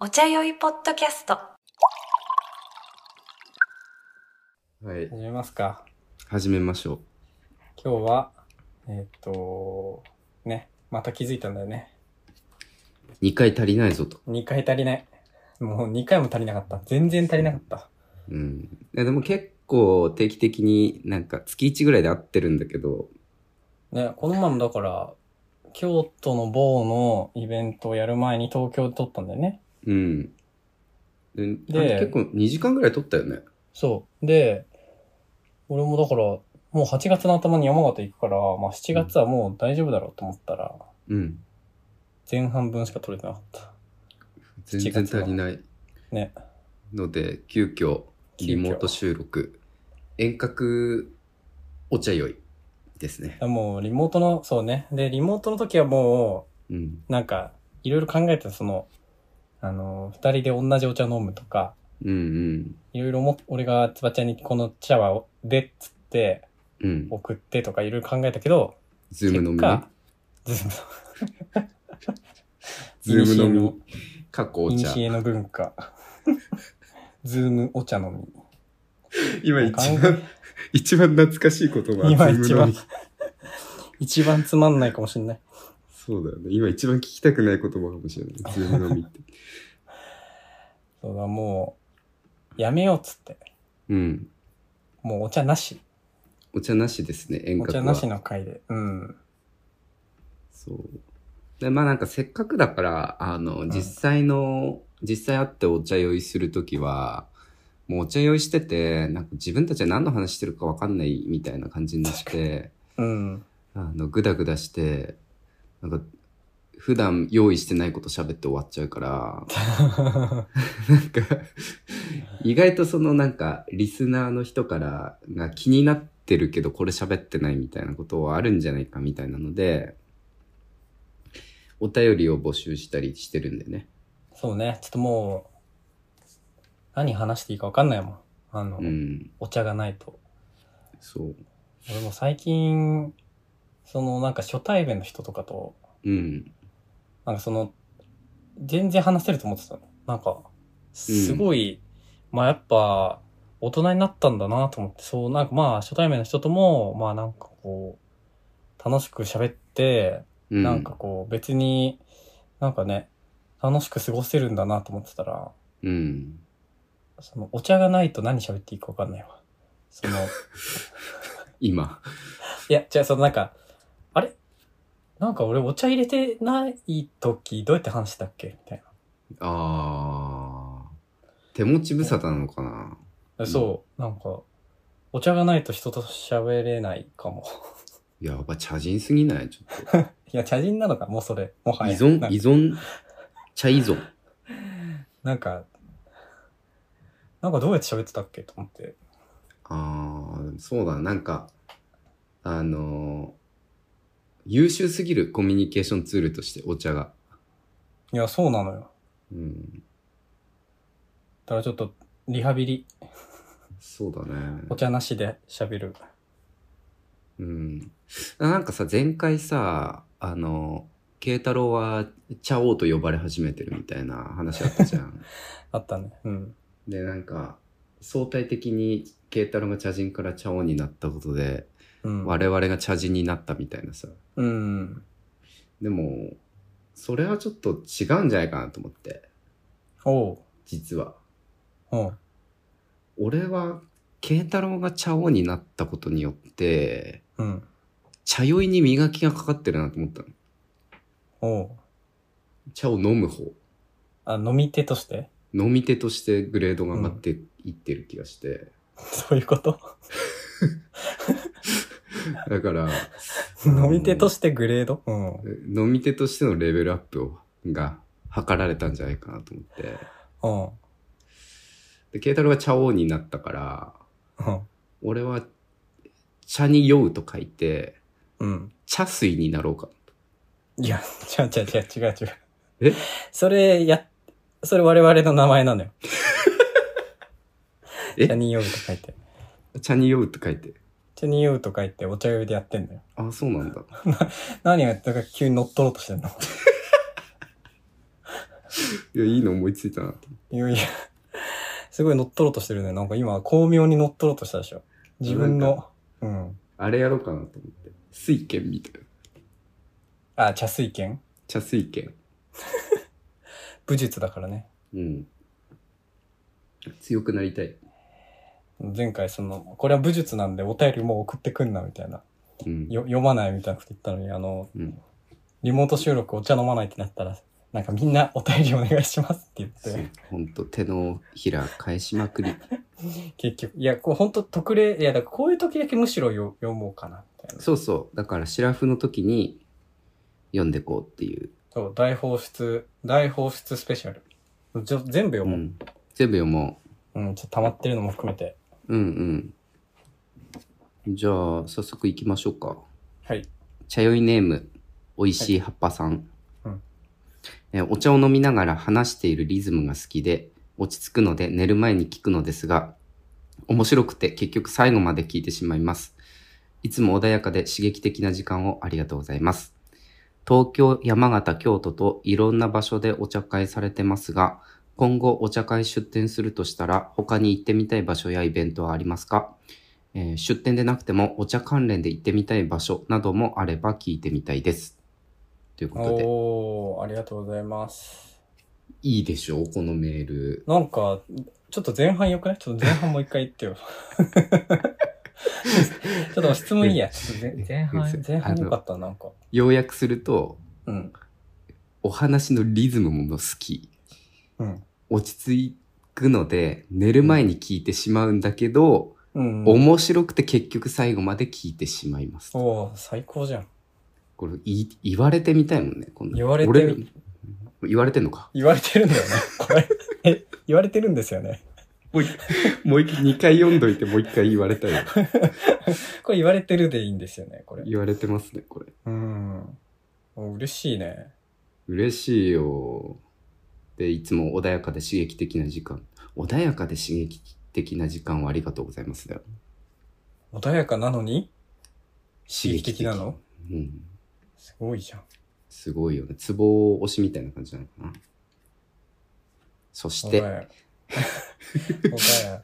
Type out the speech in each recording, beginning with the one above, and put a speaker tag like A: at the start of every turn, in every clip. A: お茶酔いポッドキャスト。
B: はい。
C: 始めますか。
B: 始めましょ
C: 今日は、えっ、と、ね、また気づいたんだよね。
B: う。2回足りないぞと。
C: 2回足りない。もう2回も足りなかった。全然足りなかった。
B: うん。いやでも結構定期的になんか月1ぐらいで会ってるんだけど、
C: ね、この前もだから、京都の某のイベントをやる前に東京で撮ったんだよね。
B: うん。で、
C: で
B: あれ結構2時間ぐらい撮ったよね。
C: そう。で、俺もだから、もう8月の頭に山形行くから、まあ7月はもう大丈夫だろうと思ったら、
B: うん。
C: 前半分しか撮れてなかった。
B: 全然足りない
C: ね。
B: ので、急遽リモート収録、遠隔お茶酔いですね。
C: もうリモートの、そうね。で、リモートの時はもう、
B: うん。
C: なんか、いろいろ考えてた、その、あの、二人で同じお茶飲むとか、
B: うんうん。
C: いろいろも、俺がつばちゃんにこの茶はでっつって、
B: うん。
C: 送ってとかいろいろ考えたけど、
B: ズーム飲みね。
C: 結果、
B: ズーム飲
C: 古
B: み。かっこお
C: いに
B: 茶
C: し。えの文化。 ズームお茶飲み。
B: 今一
C: 考
B: 番、 一番懐かしい言葉。
C: 今
B: ズーム飲み
C: 一番 一番つまんないかもしれない。
B: そうだよね。今一番聞きたくない言葉かもしれない。ズーム飲みって。
C: そうだ、もう、やめようっつって。
B: うん。
C: もうお茶なし。
B: お茶なしですね、遠
C: お
B: 隔
C: 茶
B: は。
C: なしの回で。うん。
B: そう。で、まあなんかせっかくだから、あの、
C: ん
B: 実際の、実際会ってお茶酔いするときは、もうお茶酔いしてて、なんか自分たちは何の話してるかわかんないみたいな感じになって、
C: うん。
B: あの、ぐだぐだして、なんか、普段用意してないこと喋って終わっちゃうから、なんか、意外とそのなんか、リスナーの人からが気になってるけど、これ喋ってないみたいなことはあるんじゃないかみたいなので、お便りを募集したりしてるんだよね。
C: そうね。ちょっともう、何話していいか分かんないもん。あの、
B: うん。
C: お茶がないと。
B: そう。
C: 俺も最近、そのなんか初対面の人とかと、
B: うん。
C: なんかその、全然話せると思ってたの。なんか、すごい、まあやっぱ、大人になったんだなと思って、そう、なんかまあ初対面の人とも、まあなんかこう、楽しく喋って、
B: う
C: なんか、こう、別に、なんかね、楽しく過ごせるんだなと思ってたら、
B: うん。
C: そのお茶がないと何喋っていいか分かんないわ。その、
B: 今。
C: いや、じゃあそのなんか、あれなんか俺お茶入れてない時どうやって話してたっけみたい
B: あー。手持ち無沙汰なのかな
C: な。そう、なんか、お茶がないと人と喋れないかも。
B: やば、茶人すぎないちょっと。
C: いや、茶人なのか、もうそれ。もは
B: 依
C: や。
B: 存
C: な、ん
B: 依
C: か
B: 存、茶依存。
C: なんか、なんかどうやって喋ってたっけと思って。
B: ああ、そうだ、なんか、あのー優秀すぎるコミュニケーションツールとして、お茶が。
C: いや、そうなのよ。だ
B: うん、
C: からちょっと、リハビリ、
B: そうだね。
C: お茶なしで喋る。
B: うん。なんかさ、前回さ、あのー、慶太郎は茶王と呼ばれ始めてるみたいな話あったじゃん。
C: あったね。うん。
B: で、なんか、相対的に慶太郎が茶人から茶王になったことで、
C: うん。
B: 我々が茶人になったみたいなさ。
C: うん。
B: でも、それはちょっと違うんじゃないかなと思って、
C: おう。
B: 実は。
C: おう。
B: 俺は慶太郎が茶王になったことによって
C: うん。
B: 茶酔いに磨きがかかってるなと思ったの
C: おう。
B: 茶を飲む方
C: あ、飲み手として
B: 飲み手としてグレードが上がっていってる気がして、
C: そういうこと
B: だから
C: 飲み手としてグレードうん。
B: 飲み手としてのレベルアップをが図られたんじゃないかなと思って
C: う
B: で
C: ん。
B: 慶太郎が茶王になったから
C: うん
B: 俺は茶に酔うと書いて
C: うん。
B: 茶水になろうか
C: いや、違う違う違う違う違
B: え
C: う。それや、それ我々の名前な のよ。
B: え
C: 茶に酔うと書いて。
B: 茶に酔うと書いて
C: 茶に酔うと書いてお茶酔いでやってんのよ。
B: あそうなんだ
C: 何をやったか急に乗っ取ろうとしてんの。
B: いや、いいの思いついたなと。
C: いやいや、すごい乗っ取ろうとしてるね。なんか今、巧妙に乗っ取ろうとしたでしょ。自分
B: なん
C: の、うん。
B: あれやろうかなと思って。水拳みたいな。
C: あ、茶水剣
B: 茶水拳。
C: 武術だからね。
B: うん。強くなりたい。
C: 前回その、これは武術なんでお便りもう送ってくんな、みたいな。
B: うん。
C: よ読まないみたいなこと言ったのに、あの、
B: うん。
C: リモート収録お茶飲まないってなったら、なんかみんなお便りお願いしますって
B: そ
C: 言っ
B: うほんと、手のひら返しまく り。
C: て、結局、いや、こう本当特例、いや、だからこういう時だけむしろよ読もうかな、みたいな。
B: そうそう。だから、シラフの時に読んでこうっていう。
C: そう、大放出、大放出スペシャル。じゃ全部読
B: う
C: もう。
B: ん。全部読も
C: うん、ちょっと溜まってるのも含めて。
B: う。うんうん。じゃあ、早速行きましょうか。
C: はい。
B: 茶酔いネーム、おいしい葉っぱさん。
C: うん
B: えーお茶を飲みながら話しているリズムが好きで、落ち着くので寝る前に聞くのですが、面白くて結局最後まで聞いてしまいます。いつも穏やかで刺激的な時間をありがとうございます。東京、山形、京都といろんな場所でお茶会されてますが、今後お茶会出店するとしたら他に行ってみたい場所やイベントはありますかえー出店でなくてもお茶関連で行ってみたい場所などもあれば聞いてみたいです。ということで、
C: おー、ありがとうございます。
B: いいでしょうこのメール。
C: なんか、ちょっと前半よくないちょっと前半もう一回 言ってよ。ちょっと質問いいや。ちょっと前前
B: う
C: 半
B: ん、
C: 前半よかった、なんか。
B: 要約すると、
C: うん。
B: お話のリズムも好き。
C: うん。
B: 落ち着くので、寝る前に聞いてしまうんだけど、
C: うん。
B: 面白くて結局最後まで聞いてしまいます。こ
C: おー、最高じゃん。
B: れい言われてみたいもんね。こんな
C: 言われて
B: 俺言われてんのか。
C: 言われてるんだよね。これ。え、言われてるんですよね。
B: もう一もう一回、二回読んどいてもう一回言われたよ。
C: これ言われてるでいいんですよね、これ。
B: 言われてますね、これ。
C: うん。お嬉しいね。
B: 嬉しいよ。で、いつも穏やかで刺激的な時間。穏やかで刺激的な時間をありがとうございますだよ。
C: 穏やかなのに
B: 刺
C: 激的なの
B: うん。
C: すごいじゃん。
B: すごいよね。ツボ押しみたいな感じなのかな。そし
C: 穏
B: て、
C: やか。穏やか。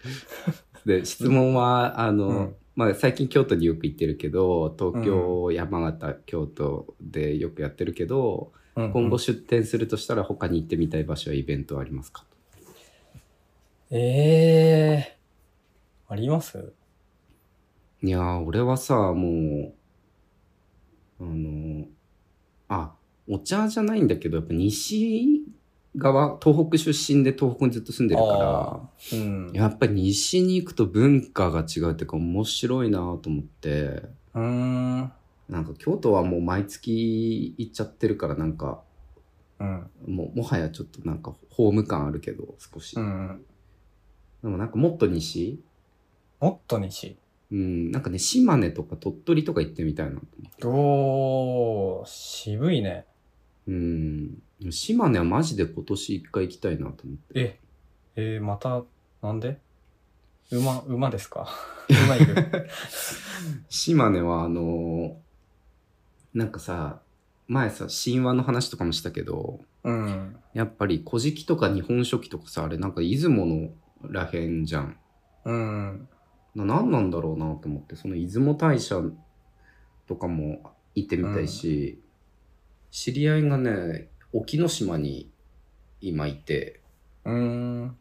B: で、質問は、あの、
C: うん
B: まあ、最近京都によく行ってるけど、東京、
C: う
B: 山形、京都でよくやってるけど、
C: うんうん
B: 今後出店するとしたら他に行ってみたい場所やイベントはありますか
C: ええあります
B: いやー、俺はさ、もう、あの、あ、お茶じゃないんだけど、やっぱ西側、東北出身で東北にずっと住んでる
C: あ
B: か
C: うん
B: ら、。やっぱり西に行くと文化が違うっていうか面白いなと思って、
C: うーん。
B: なんか京都はもう毎月行っちゃってるから、なんか、
C: うん。
B: もうもはやちょっとなんかホーム感あるけど、少し。
C: うん。
B: でもなんかもっと西
C: もっと西。
B: うん、なんかね、島根とか鳥取とか行ってみたいなと思って。
C: おー、渋いね。
B: うん。島根はマジで今年一回行きたいなと思って。
C: え、えー、また、なんで馬、馬ですか馬い る。
B: 島根はあのーなんかさ、前さ、神話の話とかもしたけど、
C: うん。
B: やっぱり古事記とか日本書紀とかさ、あれなんか出雲のらへんじゃん。
C: うん。
B: な何なんだろうなと思って、その出雲大社とかも行ってみたいし、知り合いがね、沖ノ島に今いて、
C: うーん。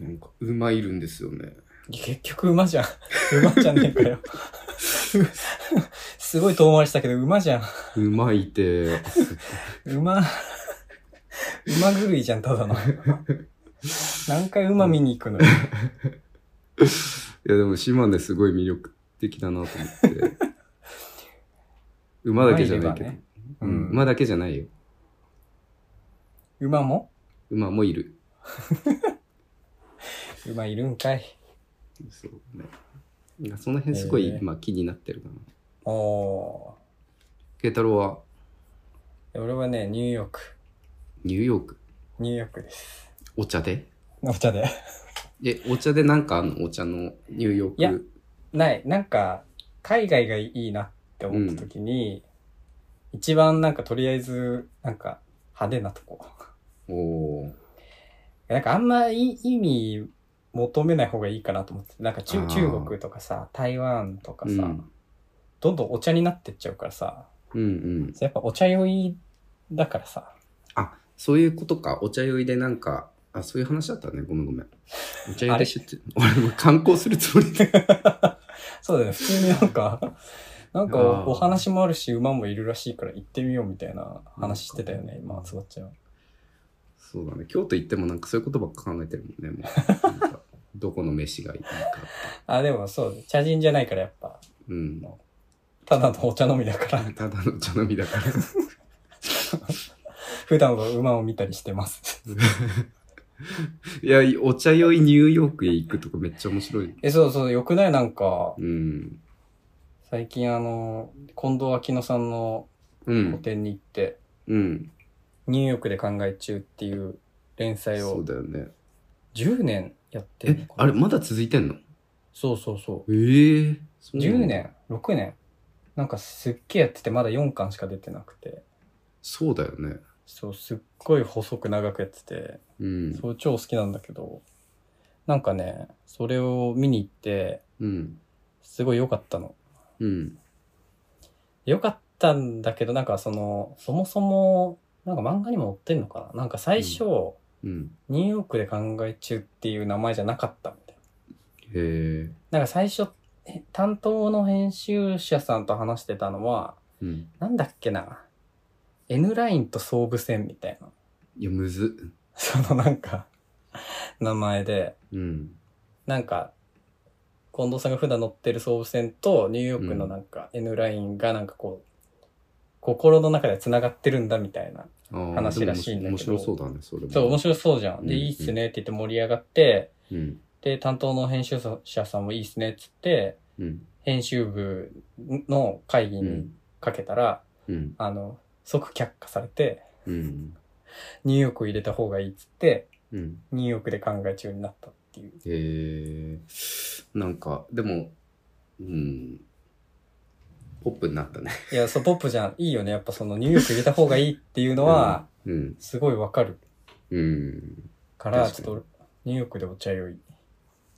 B: なんか馬いるんですよね。
C: 結局馬じゃん。馬じゃねえかよ。 すごい遠回りしたけど、馬じゃん。
B: 馬いて、
C: 馬、馬狂いじゃん、た だの。何回馬見に行くのよ。
B: いやでも島根すごい魅力的だなと思 って。馬だけじゃないけど。
C: 馬いればね
B: う
C: うんん、
B: 馬だけじゃないよ。
C: 馬も
B: 馬もいる。
C: 馬いるんかい。
B: そうね。なんかその辺すごい、
C: えー
B: まあ気になってるかな。
C: お
B: 慶太郎は
C: ー。俺はね、ニューヨーク。
B: ニューヨーク、
C: ニューヨークです。
B: お茶で
C: お茶で。
B: え、お茶でなんかあんのお茶のニューヨ
C: いや
B: ーク。
C: ない、なんか、海外がいいなって思った時に、一番なんかとりあえず、なんか派手なとこ。
B: おお
C: なんかあんまい意味求めない方がいいかなと思って、なんか中
B: あー
C: 中国とかさ、台湾とか
B: ー。
C: さ、
B: うん。
C: どんどんお茶になってっちゃうからさ、
B: うんうん。
C: やっぱお茶酔いだからさ、
B: そういうことか。お茶酔いでなんか、あ、そういう話だったね。ごめんごめん。お茶酔いで知って、俺も観光するつもりで。
C: そうだよね、普通になんか、なんか
B: あー
C: お話もあるし、馬もいるらしいから行ってみようみたいな話してたよね、今、つばっちゃん。
B: そうだね。京都行ってもなんかそういうことばっか考えてるもんね。もうなんかどこの飯がいいか。
C: あ、でもそう、茶人じゃないからやっぱ、
B: うん。
C: ただのお茶飲みだから、
B: ただのお茶飲みだから。
C: 普段は馬を見たりしてます。
B: いや、お茶酔いニューヨークへ行くとかめっちゃ面白い。
C: え、そうそう、よくないなんか、
B: うん。
C: 最近あの、近藤秋乃さんの
B: う
C: 個
B: ん。
C: 展に行って、
B: うん。
C: ニューヨークで考え中っていう連載
B: そ
C: を
B: うだよね。
C: 10年やってる
B: え
C: のか、な
B: あれ、まだ続いてんの
C: そうそうそ
B: ええ
C: う。10年 ?6 年なんかすっげえやってて、まだ4巻しか出てなくて。
B: そうだよね。
C: そう、すっごい細く長くやってて、
B: うん。
C: そう、超好きなんだけど、なんかね、それを見に行って、
B: うん。
C: すごい良かったの。
B: うん。
C: 良かったんだけど、なんかその、そもそも、なんか漫画にも載ってんのかななんか最初、
B: うん。
C: ニューヨークで考え中っていう名前じゃなかったみたい
B: へえ。
C: な。なんか最初、え担当の編集者さんと話してたのは、
B: うん。
C: なんだっけな。N ラインと総武線みたいな。
B: いや、むず
C: そのなんか、名前で、
B: っ。うん。
C: なんか、近藤さんが普段乗ってる総武線とニューヨークのなんか N ラインがなんかこう、心の中で繋がってるんだみたいな。
B: あー
C: 話らしいんだけど
B: でも面白そうだね、それも。
C: そう、面白そうじゃん。で、
B: うん
C: いいっすねって言って盛り上がって、
B: うん。
C: で、担当の編集者さんもいいっすねって言って、
B: うん。
C: 編集部の会議
B: う
C: に
B: ん。
C: かけたら、
B: うん。
C: あの、即却下されて、
B: うん。
C: ニューヨーク入れた方がいいっつって、
B: うん。
C: ニューヨークで考え中になったってい
B: へ
C: う。
B: えなんか、でも、うん。ポップになったね。
C: いや、そう、ポップじゃん。いいよね。やっぱそのニューヨーク入れた方がいいっていうのは、
B: うん。
C: すごいわかる
B: うん。
C: から、
B: 確
C: ち
B: かに
C: ょっと、ニューヨークでお茶酔い。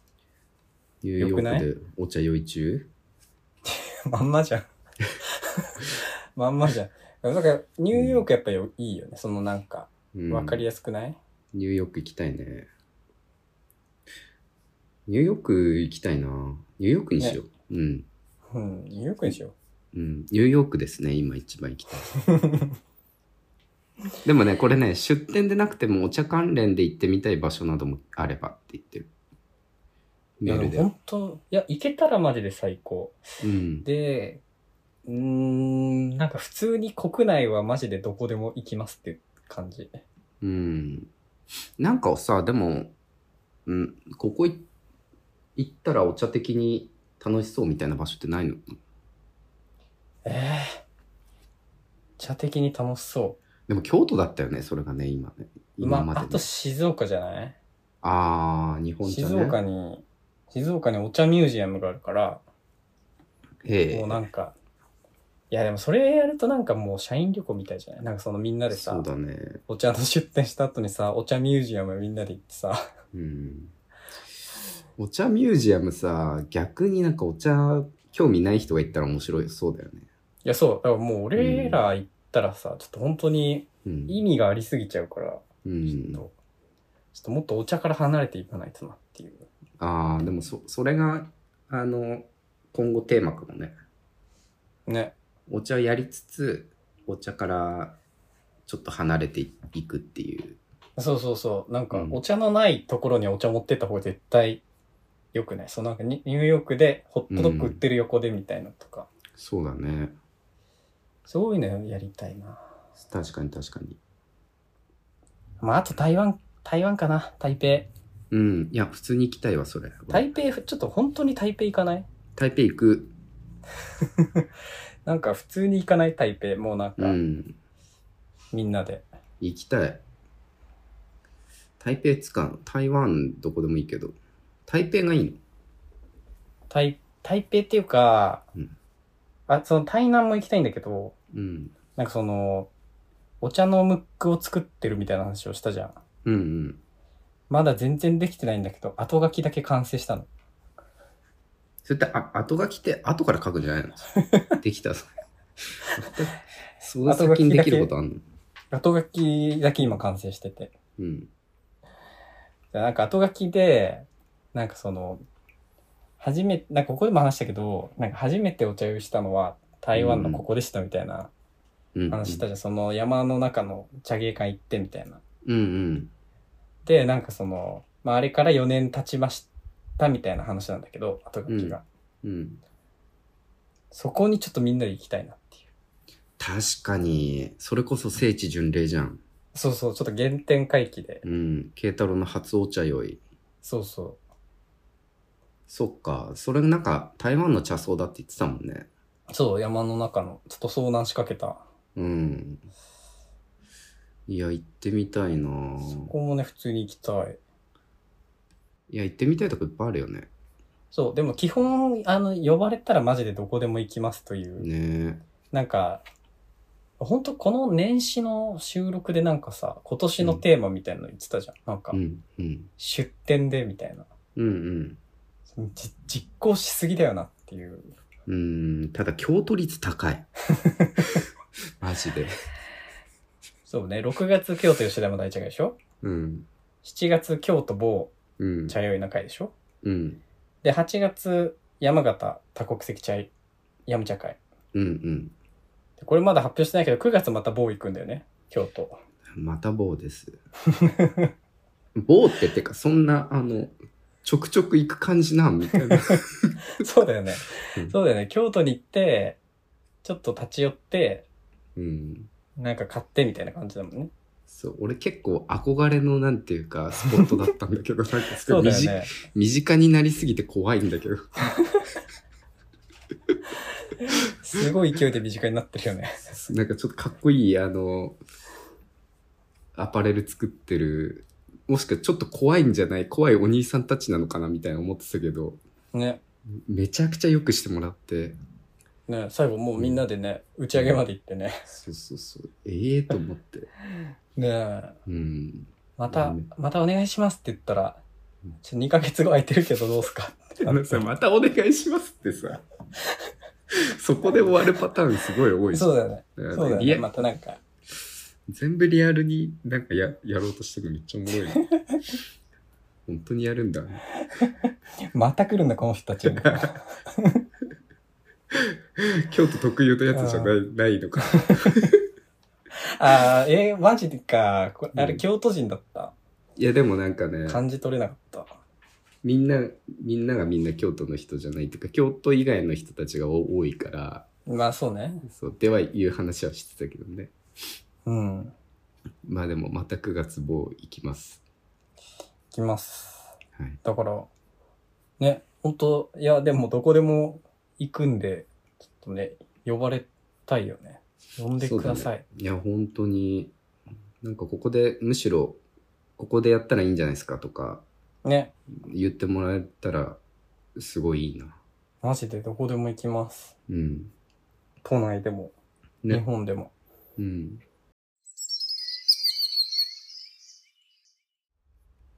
B: ニューヨークでお茶酔い中
C: まんまじゃん。 まんまじゃん。だから、ニューヨークやっぱよいいよね。そのなんか、わかり
B: や
C: やすくない、
B: ニューヨーク行きたいね。ニューヨーク行きたいな。ニューヨークにしよう。うん。
C: うん、ニューヨークにしよ
B: うん。ニューヨークですね、今一番行きたい。 でもね、これね、出店でなくてもお茶関連で行ってみたい場所などもあればって言ってる。
C: う。
B: メール
C: いや、
B: で。
C: 本当いや、行けたらマジで最高。
B: うん。
C: で、うーん、なんか普通に国内はマジでどこでも行きますっていう感じ。
B: うん。なんかさ、でも、うん、ここい行ったらお茶的に楽しそうみたいな場所ってないの
C: ええ茶的に楽しそ
B: でも京都だったよね、それがね、今ね。
C: う。ま
B: 今まで
C: あ、あ
B: ね、
C: と静岡じゃない
B: あー、日本茶ね。
C: 静岡に、静岡にお茶ミュージアムがあるから、
B: ええ
C: もうなんか、いやでもそれやるとなんかもう社員旅行みたいじゃないなんかそのみんなで
B: そ
C: さ
B: う、だね。
C: お茶の出店した後にさ、お茶ミュージアムみんなで行ってさ、
B: うん。お茶ミュージアムさ、逆になんかお茶興味ない人が行ったら面白いそうだよね。
C: いやそう、だからもう俺ら行ったらさ、ちょっと本当に
B: うん。
C: 意味がありすぎちゃうから、
B: う
C: ちょっ
B: ん、
C: と、ちょっともっとお茶から離れていかないとなっていう。
B: ああ、でもそ、それが、あの、今後テーマかもね。
C: ね。
B: お茶やりつつお茶からちょっと離れていくっていう
C: そうそうそう。なんか
B: う、ん
C: お茶のないところにお茶持ってった方が絶対良くない。そのなんかニニューヨークでホットドッグ売ってる横でみたいなとか。
B: そうだね
C: すごいね、やりたいな。
B: 確かに確かに
C: まあ、あと台湾、台湾かな。台北。
B: うんいや普通に行きたいわそれ
C: 台北、ちょっと本当に台北行かない
B: 台北行く
C: なんか普通に行かない台北。もうなんか
B: う、ん
C: みんなで。
B: 行きたい台北つかん台湾どこでもいいけど台北がいいの
C: 台、台北っていうか、
B: うん
C: あ、その台南も行きたいんだけど、
B: うん
C: なんかその、お茶のムックを作ってるみたいな話をしたじゃん。
B: うんうん。
C: まだ全然できてないんだけど、後書きだけ完成したの。
B: それってあ後書きって後から書くんじゃない のできたぞ。その先にできることあんの
C: 後書きだけ今完成してて。
B: うん。
C: でなんか後書きで、なんかその、初め、なんかここでも話したけど、なんか初めてお茶をしたのは台湾のここでしたみたいな
B: うん。
C: 話したじゃん。その山の中の茶芸館行ってみたいな。
B: うんうん。
C: で、なんかその、まあ、あれから4年経ちましたみたいな話なんだけど、後書きが。
B: うん。
C: そこにちょっとみんなで行きたいなっていう。
B: 確かに、それこそ聖地巡礼じゃん。
C: そうそう、ちょっと原点回帰で。
B: うん。慶太郎の初お茶酔い。
C: そうそ
B: そっか。それなんか台湾の茶草だって言ってたもんね。
C: う。そう、山の中の、ちょっと遭難しかけた。
B: うん。いや、行ってみたいな
C: そこもね、普通に行きたい。
B: いや、行ってみたいとこいっぱいあるよね。
C: そう、でも基本、あの、呼ばれたらマジでどこでも行きますという。
B: ね
C: なんか、本当この年始の収録でなんかさ、今年のテーマみたいなの言ってたじゃん。なんか
B: う、ん、うん。
C: 出店でみたいな。
B: うん、うん。
C: じ実行しすぎだよなっていう。
B: うーん、ただ京都率高 い。マジで。
C: そうね、6月京都吉田山大茶会でしょ
B: うん、
C: ?7 月京都某
B: うん、
C: 茶酔いの会でしょ
B: うん、
C: で、8月山形多国籍茶い山茶会。
B: うん、うん。
C: でこれまだ発表してないけど、9月また某行くんだよね、京都。
B: また棒です。 棒っててか、そんな、あの、ちょくちょく行く感じなんみたい な。
C: そうだよね
B: うん。
C: そうだよね。京都に行って、ちょっと立ち寄って、
B: うん。
C: なんか買ってみたいな感じだもんね。
B: そう、俺結構憧れの、なんていうか、スポットだったんだけど、なんかす
C: そ
B: ご
C: う
B: い
C: だ
B: 身
C: よ
B: 近、
C: ね。
B: 身近になりすぎて怖いんだけど。
C: すごい勢いで身近になってるよね。
B: なんかちょっとかっこいい、あの、アパレル作ってる、もしくはちょっと怖いんじゃない、怖いお兄さんたちなのかなみたいな思ってたけど、
C: ね。
B: めちゃくちゃよくしてもらって、
C: ね、最後もうみんなでね、打ち上げまで行ってね。
B: そうそうそう、ええと思って。
C: ねえ
B: うん。
C: また
B: うん、
C: またお願いしますって言ったら
B: うん、
C: ちょっと2ヶ月後空いてるけどどうすかってな
B: な
C: っ
B: んかさ、またお願いしますってさ、そこで終わるパターンすごい多
C: て。
B: い
C: そうだよね。
B: うん
C: そうだよ
B: リ
C: ね。
B: ア
C: またなんか、
B: 全部リアルになんかややろうとしてるのめっちゃおもろいな。 本当にやるんだ。
C: また来るんだこの人たち みたいな。
B: 京都特有のやつじゃないない のか。
C: あー、えー、マジでか。これあ
B: う
C: れ、
B: ん
C: 京都人だった。
B: いやでもなんかね、
C: 感じ取れなかった。
B: みんな、みんながみんな京都の人じゃないというか、京都以外の人たちが多いから、
C: まあそうね。
B: そう、ではいう話はしてたけどね。
C: うん。行
B: まあでも、また9月某行きます。
C: きます。
B: はい。
C: だから、ね、ほんと、いや、でもどこでも行くんで、ちょっとね、呼ばれたいよね。呼んでくだ
B: そう
C: さい。
B: ねいや、本当に、なんかここで、むしろ、ここでやったらいいんじゃないですかとか、
C: ね、
B: 言ってもらえたら、すごいいいな。
C: マジでどこでも行きます。
B: うん。
C: 都内でも、日
B: ね。
C: 本でも。
B: うん。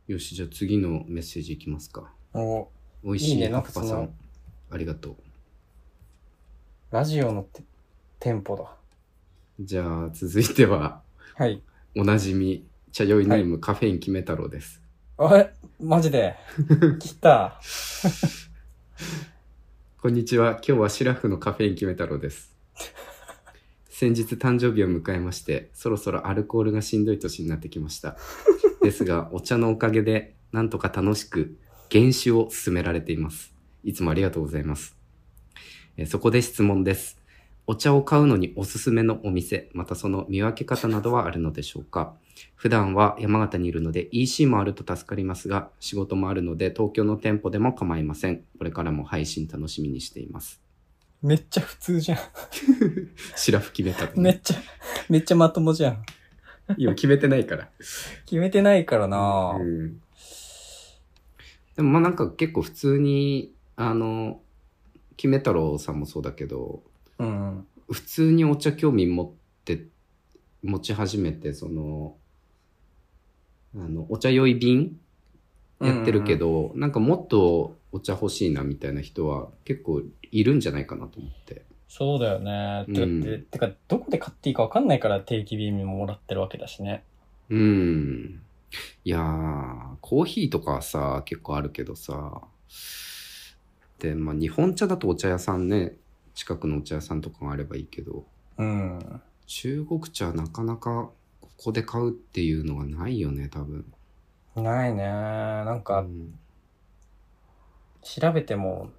B: よし、じゃあ次のメッセージいきますか。
C: お
B: 美味しい
C: いいね
B: カ
C: なんか
B: ッパ
C: そ
B: さ
C: の
B: ん。ありがとう。
C: ラジオのて店舗だ。
B: じゃあ続いては
C: はい。
B: おなじみ茶酔いネーム、カフェインキメ太郎です。
C: あれマ ジで来た。
B: こんにちは。今日はシラフのカフェインキメ太郎です。先日誕生日を迎えまして、そろそろアルコールがしんどい年になってきました。ですが、お茶のおかげで、なんとか楽しく、原酒を勧められています。いつもありがとうございます。えーそこで質問です。お茶を買うのにおすすめのお店、またその見分け方などはあるのでしょうか普段は山形にいるので EC もあると助かりますが、仕事もあるので東京の店舗でも構いません。これからも配信楽しみにしています。
C: めっちゃ普通じゃ
B: 白吹きメタル
C: ん。めっちゃ、めっちゃまともじゃん。
B: 今決めてないから。
C: 決めてないからな
B: う、ん、でもまあなんか結構普通に、あの、キメ太郎さんもそうだけど、
C: うん、うん。
B: 普通にお茶興味持って持ち始めて、その、あの、お茶酔い瓶やってるけど、なんかもっとお茶欲しいなみたいな人は結構いるんじゃないかなと思って。
C: そうだよね。て
B: う
C: か、
B: ん
C: ててかどこで買っていいかわかんないから定期便ももらってるわけだしね。
B: うん。いやー、コーヒーとかはさ、結構あるけどさ、で、まあ日本茶だとお茶屋さんね、近くのお茶屋さんとかがあればいいけど、
C: うん。
B: 中国茶なかなかここで買うっていうのがないよね、多分。
C: ないね。なん
B: う
C: か、
B: ん
C: 調べても、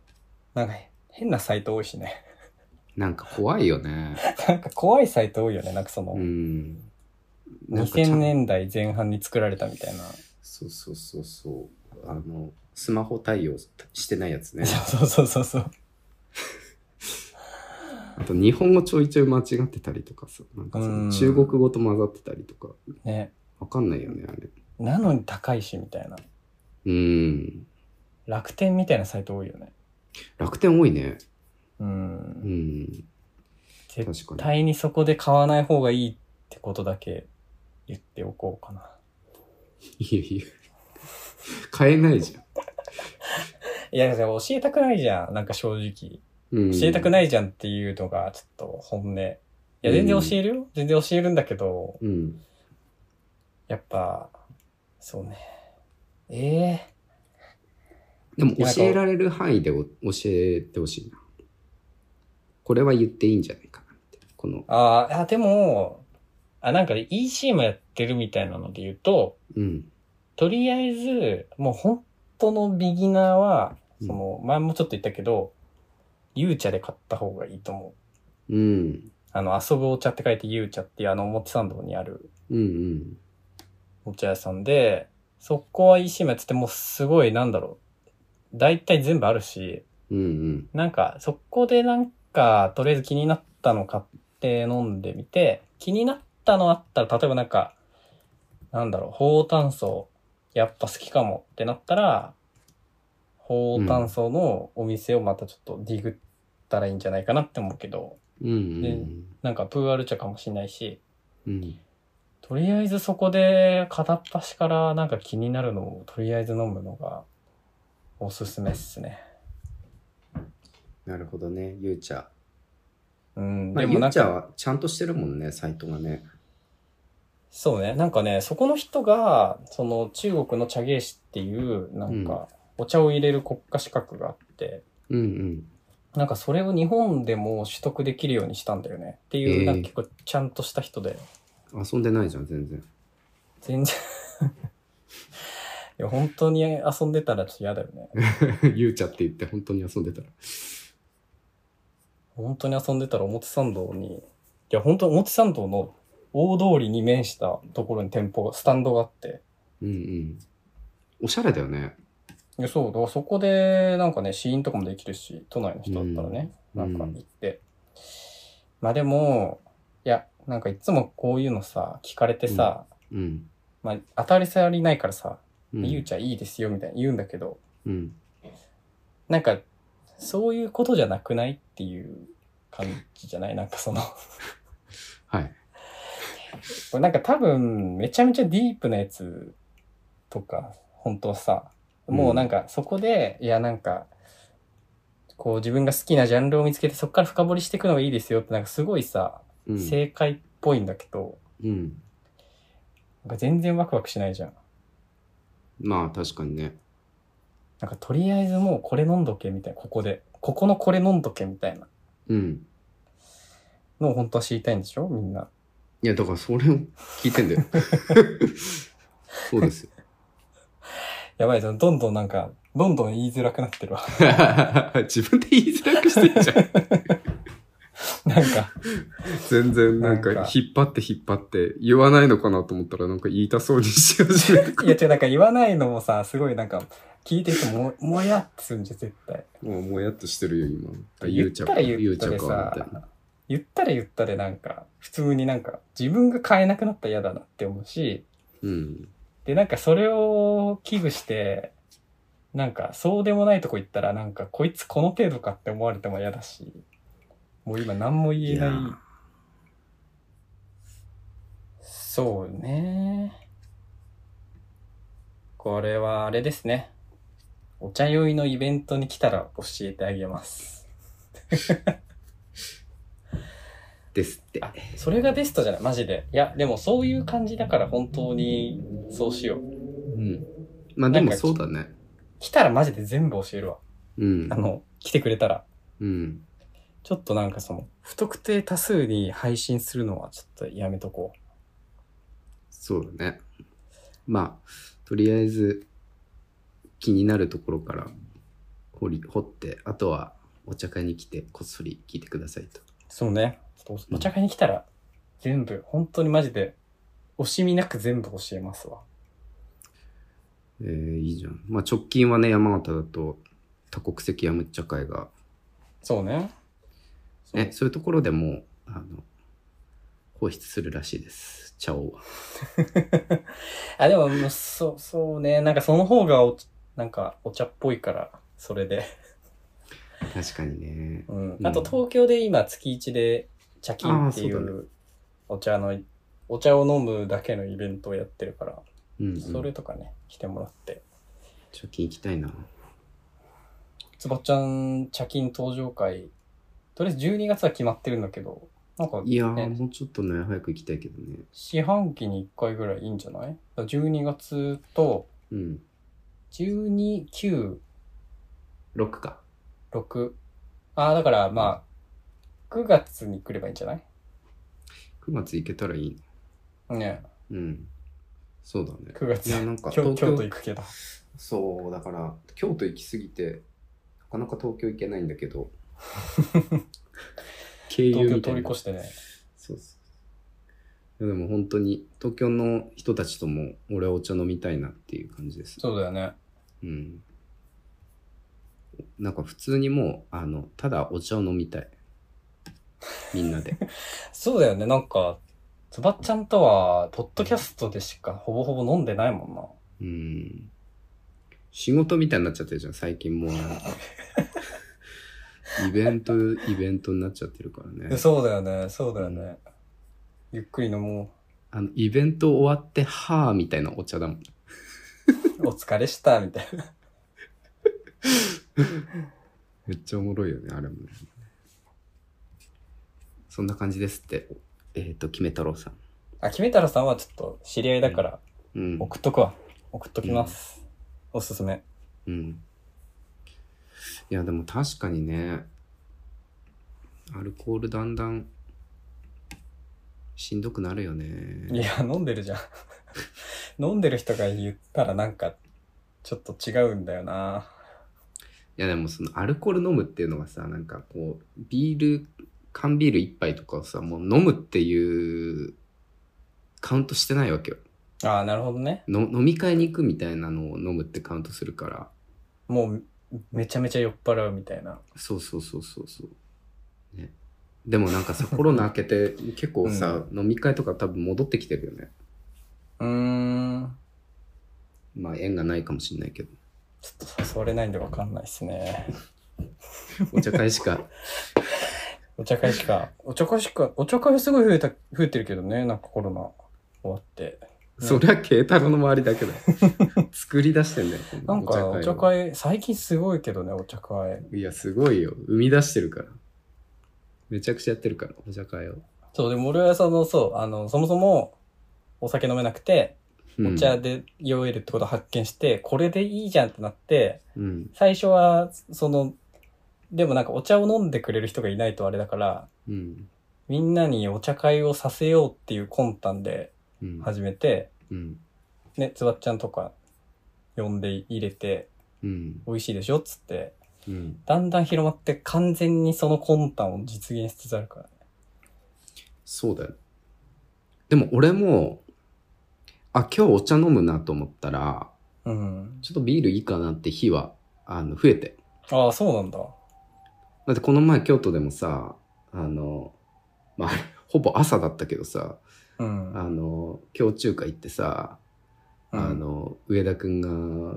C: なんか変なサイト多いしね。
B: なんか怖いよね。
C: なんか怖いサイト多いよね。なんかその、
B: うん。なんかちゃん
C: 2000年代前半に作られたみたいな。
B: そうそうそうそう。あの、スマホ対応してないやつ ね。
C: そうそうそうそう。
B: あと日本語ちょいちょい間違ってたりとかさ、なんかその
C: うん
B: 中国語と混ざってたりとか、
C: ね。
B: わかんないよね、あれ。
C: なのに高いし、みたいな。
B: うん。
C: 楽天みたいなサイト多いよね。
B: 楽天多いね。
C: う。
B: うんん。確
C: 絶
B: かに。
C: 対にそこで買わない方がいいってことだけ言っておこうかな。
B: いやいや。買えないじゃん。
C: いや、でも教えたくないじゃん。なんか正直。
B: うん、
C: 教えたく
B: い。
C: ないじゃんっていうのが、ちょっと本音。いや、全然教えるよ。全然教えるんだけど、
B: うん。
C: やっぱ、そうね。ええ
B: でも教えられる範囲でお教えてほしいな。これは言っていいんじゃないかなって。この、
C: あーあ、でも、あ、なんか EC もやってるみたいなので言うと、
B: うん。
C: とりあえず、もう本当のビギナーは、
B: うん
C: その、前もちょっと言ったけど、ゆうちゃで買った方がいいと思う。
B: うん。
C: あの、遊ぶお茶って書いてゆうちゃっていうあの表参道にある
B: うんうん。
C: お茶屋さんで、そこは EC もやってて、もうすごい、なんだろう。大体全部あるし、
B: うんうん。
C: なんか、そこでなんか、とりあえず気になったの買って飲んでみて、気になったのあったら、例えばなんか、なんだろう、ほうたん草、やっぱ好きかもってなったら、ほうたん草のお店をまたちょっとディグったらいいんじゃないかなって思うけど、
B: うんうんう
C: で
B: ん。
C: なんかプーアル茶かもしれないし、
B: うん。
C: とりあえずそこで片っ端からなんか気になるのをとりあえず飲むのがおすすめっすね。
B: なるほどね、ゆうちゃ。
C: うん、
B: まあ、
C: で
B: ゆ
C: もな
B: うんちゃ
C: か、
B: はちゃんとしてるもんね、サイトがね。
C: そうね。なんかね、そこの人が、その中国の茶芸師っていう、なんか、お茶を入れる国家資格があって、
B: うん
C: なんかそれを日本でも取得できるようにしたんだよね。っていう、
B: えー
C: なんか結構ちゃんとした人で、
B: うん。遊んでないじゃん、全然。
C: 全然。いや、本当に遊んでたらちょっと嫌だよね。
B: ゆうちゃって言って本当に遊んでたら。
C: 本当に遊んでたら表参道に、いや、本当表参道の大通りに面したところに店舗が、スタンドがあって、
B: うんうん。おしゃれだよね。
C: いや、そう、だからそこで、なんかね、試飲とかもできるし、都内の人だったらね、
B: うん
C: なんか行って。まあでも、いや、なんかいつもこういうのさ、聞かれてさ、
B: うん。
C: まあ当たり障りないからさ、
B: うん、
C: ゆうちゃんいいですよみたいに言うんだけど、
B: うん。
C: なんか、そういうことじゃなくないっていう感じじゃないなんかその、こ
B: はい。
C: れなんか多分、めちゃめちゃディープなやつとか、本当はさ、もうなんかそこで、いやなんか、こう自分が好きなジャンルを見つけてそこから深掘りしていくのがいいですよってなんかすごいさ、
B: うん。
C: 正解っぽいんだけど、
B: うん、
C: なんか全然ワクワクしないじゃん。
B: まあ、確かにね。
C: なんかとりあえずもうこれ飲んどけみたいな、ここで。ここのこれ飲んどけみたいな
B: うん。
C: のを本当は知りたいんでしょみんな。
B: いや、だからそれを聞いてんだ よ。そうですよ。
C: やばいぞ、どんどんなんか、どんどん言いづらくなってるわ。
B: 自分で言いづらくしてんじ ゃん。
C: なんか、
B: 全然なんか
C: なんか
B: 引っ張って引っ張って言わないのかなと思ったらなんか言いたそうにし始めるか
C: い
B: ら
C: や違う、なんか言わないのもさ、すごいなんか、聞いてても、もやってするんじゃん、絶対。
B: もうもうやっとしてるよ、今。あ
C: 言
B: ゆ
C: っ
B: うちゃ
C: たら
B: か、
C: 言
B: ゆ
C: っ
B: うち
C: た
B: ゃ
C: で
B: か、みたいな
C: さ。、言ったら言ったでなんか、普通になんか、自分が買えなくなったら嫌だなって思うし、
B: うん。
C: で、なんかそれを危惧して、なんか、そうでもないとこ行ったら、なんか、こいつこの程度かって思われても嫌だし、もう今何も言えない
B: や
C: そうね。これはあれですね。お茶酔いのイベントに来たら教えてあげます。
B: ですって。
C: あ、それがベストじゃないマジで。いや、でもそういう感じだから本当にそうしよう。
B: うん。まあでもそうだね。
C: 来たらマジで全部教えるわ。
B: うん
C: あ。の、来てくれたら。
B: うん。
C: ちょっとなんかその、不特定多数に配信するのはちょっとやめとこう。
B: そうだね。まあ、とりあえず、気になるところから掘り、掘って、あとはお茶会に来て、こっそり聞いてくださいと。
C: そうね。ちょっとお茶会に来たら、全部、本当にマジで、惜しみなく全部教えますわ。
B: えー、いいじゃん。まあ直近はね、山形だと多国籍やむっちゃ会が、
C: そうね。そう
B: ね、そういうところでもう、あの、放出するらしいです。茶を。
C: あ、でももう、そう、そうね。なんかその方がお、なんかお茶っぽいから、それで。
B: 確かにね。
C: うん
B: う。ん
C: あと東京で今月1で、茶金ってい
B: あーそう
C: う、お茶の、お茶を飲むだけのイベントをやってるから、
B: うん、うん。
C: それとかね、来てもらって。
B: 貯金行きたいな。
C: つばっちゃん、茶金登場会、とりあえず12月は決まってるんだけど、なんか、
B: いやー、
C: ね
B: もうちょっとね、早く行きたいけどね。
C: 四半期に1回ぐらいいいんじゃないだから ?12 月と、
B: うん。
C: 12、9、
B: 6か。
C: 6。ああ、だからまあ、9月に来ればいいんじゃない
B: 9月行けたらいいね。
C: ね
B: うん。そうだね。
C: 9月。
B: いや、なんか
C: 京
B: 東
C: 京都行
B: 京、
C: くけど。
B: そう、だから、京都行きすぎて、なかなか東京行けないんだけ ど。経由
C: 東京
B: みた
C: 通
B: い
C: り
B: な
C: 越してね。
B: そうそう。でも本当に東京の人たちとも俺はお茶飲みたいなっていう感じです。
C: そうだよね。
B: うん。なんか普通にもう、あの、ただお茶を飲みたい。みんなで。
C: そうだよね。なんか、つばっちゃんとは、ポッドキャストでしかほぼほぼ飲んでないもんな。
B: うん。仕事みたいになっちゃってるじゃん、最近もうなんか。イベント、イベントになっちゃってるからね。
C: そうだよね。そうだよね。ゆっくり飲もう。
B: あの、イベント終わって、はぁ、みたいなお茶だもん。
C: お疲れした、みたいな。
B: めっちゃおもろいよね、あれもね。そんな感じですって、えっ、と、決め太郎さん。
C: あ、決めたらさんはちょっと知り合いだから、
B: うん。
C: 送っとくわ。送っときます。おすすめ。
B: うん。いや、でも確かにね、アルコールだんだんしんどくなるよ
C: い
B: ね。
C: や、飲んでるじゃん。 飲んでる人が言ったらなんか、ちょっと違うんだよな。
B: いや、でもそのアルコール飲むっていうのがさ、なんかこう、ビール、缶ビール一杯とかをさ、もう飲むっていうカウントしてないわけよ。
C: ああ、なるほどね。
B: の飲み会に行くみたいなのを飲むってカウントするから。
C: もう、めちゃめちゃ酔っ払うみたいな。
B: そうそうそうそうそう。ね。でもなんかさ、コロナ明けて結構さ、飲み会とか多分戻ってきてるよね。
C: うーん。
B: まあ縁がないかもしれない けど、
C: ちょっと誘われないんでわかんないっすね。
B: お茶会しか、
C: お茶会しか、お茶会しか、お茶会すごい増えた、増えてるけどね、なんかコロナ終わって。
B: そりゃ慶太郎の周りだけだよ。 作り出してんだよ、こ
C: なんか、お茶
B: を
C: 会、最近すごいけどね、お茶会。
B: いや、すごいよ。生み出してるから。めちゃくちゃやってるから、お茶会を。
C: そう、でも俺はその、そう、あの、そもそも、お酒飲めなくて、
B: うん
C: お茶で酔えるってことを発見して、これでいいじゃんってなって、
B: うん。
C: 最初は、その、でもなんかお茶を飲んでくれる人がいないとあれだから、
B: うん。
C: みんなにお茶会をさせようっていう魂胆で
B: うん。
C: 始めて、
B: うん。
C: ね、つばっちゃんとか呼んで入れて、
B: うん。
C: 美味しいでしょっつって、
B: うん。
C: だんだん広まって完全にその魂胆を実現しつつあるからね。
B: そうだよ。でも俺も、あ、今日お茶飲むなと思ったら、
C: うん。
B: ちょっとビールいいかなって日は、あの、増えて。
C: ああ、そうなんだ。
B: だってこの前京都でもさ、あの、まあ、ほぼ朝だったけどさ、
C: うん。
B: あの、京中華行ってさ、
C: うん
B: あ、の、上田くんが、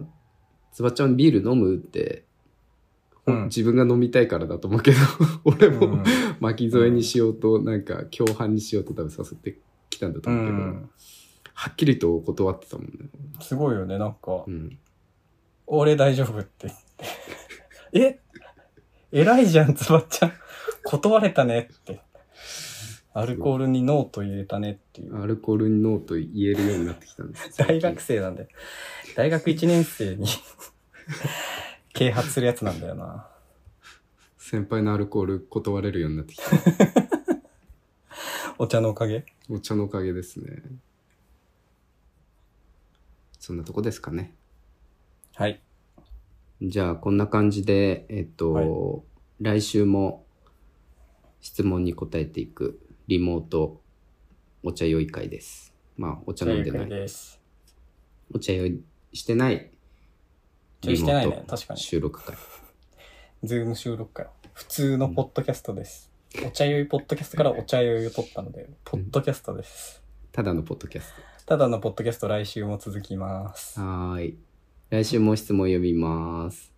B: つばちゃんビール飲むって、ほん
C: うん
B: 自分が飲みたいからだと思うけど、俺
C: う
B: も
C: ん
B: 巻き添えにしようと、なんか、共犯にしようと多分誘ってきたんだと
C: う
B: 思うけど、
C: ん。
B: はっきりと断ってたもんね。
C: すごいよね、なんか
B: う、ん。
C: 俺大丈夫って言って。 え偉いじゃん、つばっちゃん。断れたねって。アルコールにノーと言えたねっていう。
B: アルコールにノーと言えるようになってきたんです
C: 大学生なんで。大学1年生に 啓発するやつなんだよな。
B: 先輩のアルコール断れるようになってき た。
C: お茶のおかげ
B: お茶のおかげですね。そんなとこですかね。
C: はい。
B: じゃあ、こんな感じで、えっと、来週も質問に答えていくリモートお茶酔い会です。まあ、お茶飲んでな
C: 了解
B: い。
C: です。
B: お茶酔いしてない
C: ちょいしてないね、確かに。
B: 収録会。
C: ズーム収録から。普通のポッドキャストです。お茶酔いポッドキャストからお茶酔いを取ったので、ポッドキャストです。
B: ただのポッドキャス
C: ただのポッドキャスト来週も続きます
B: ト。。はーい。来週も質問読みます。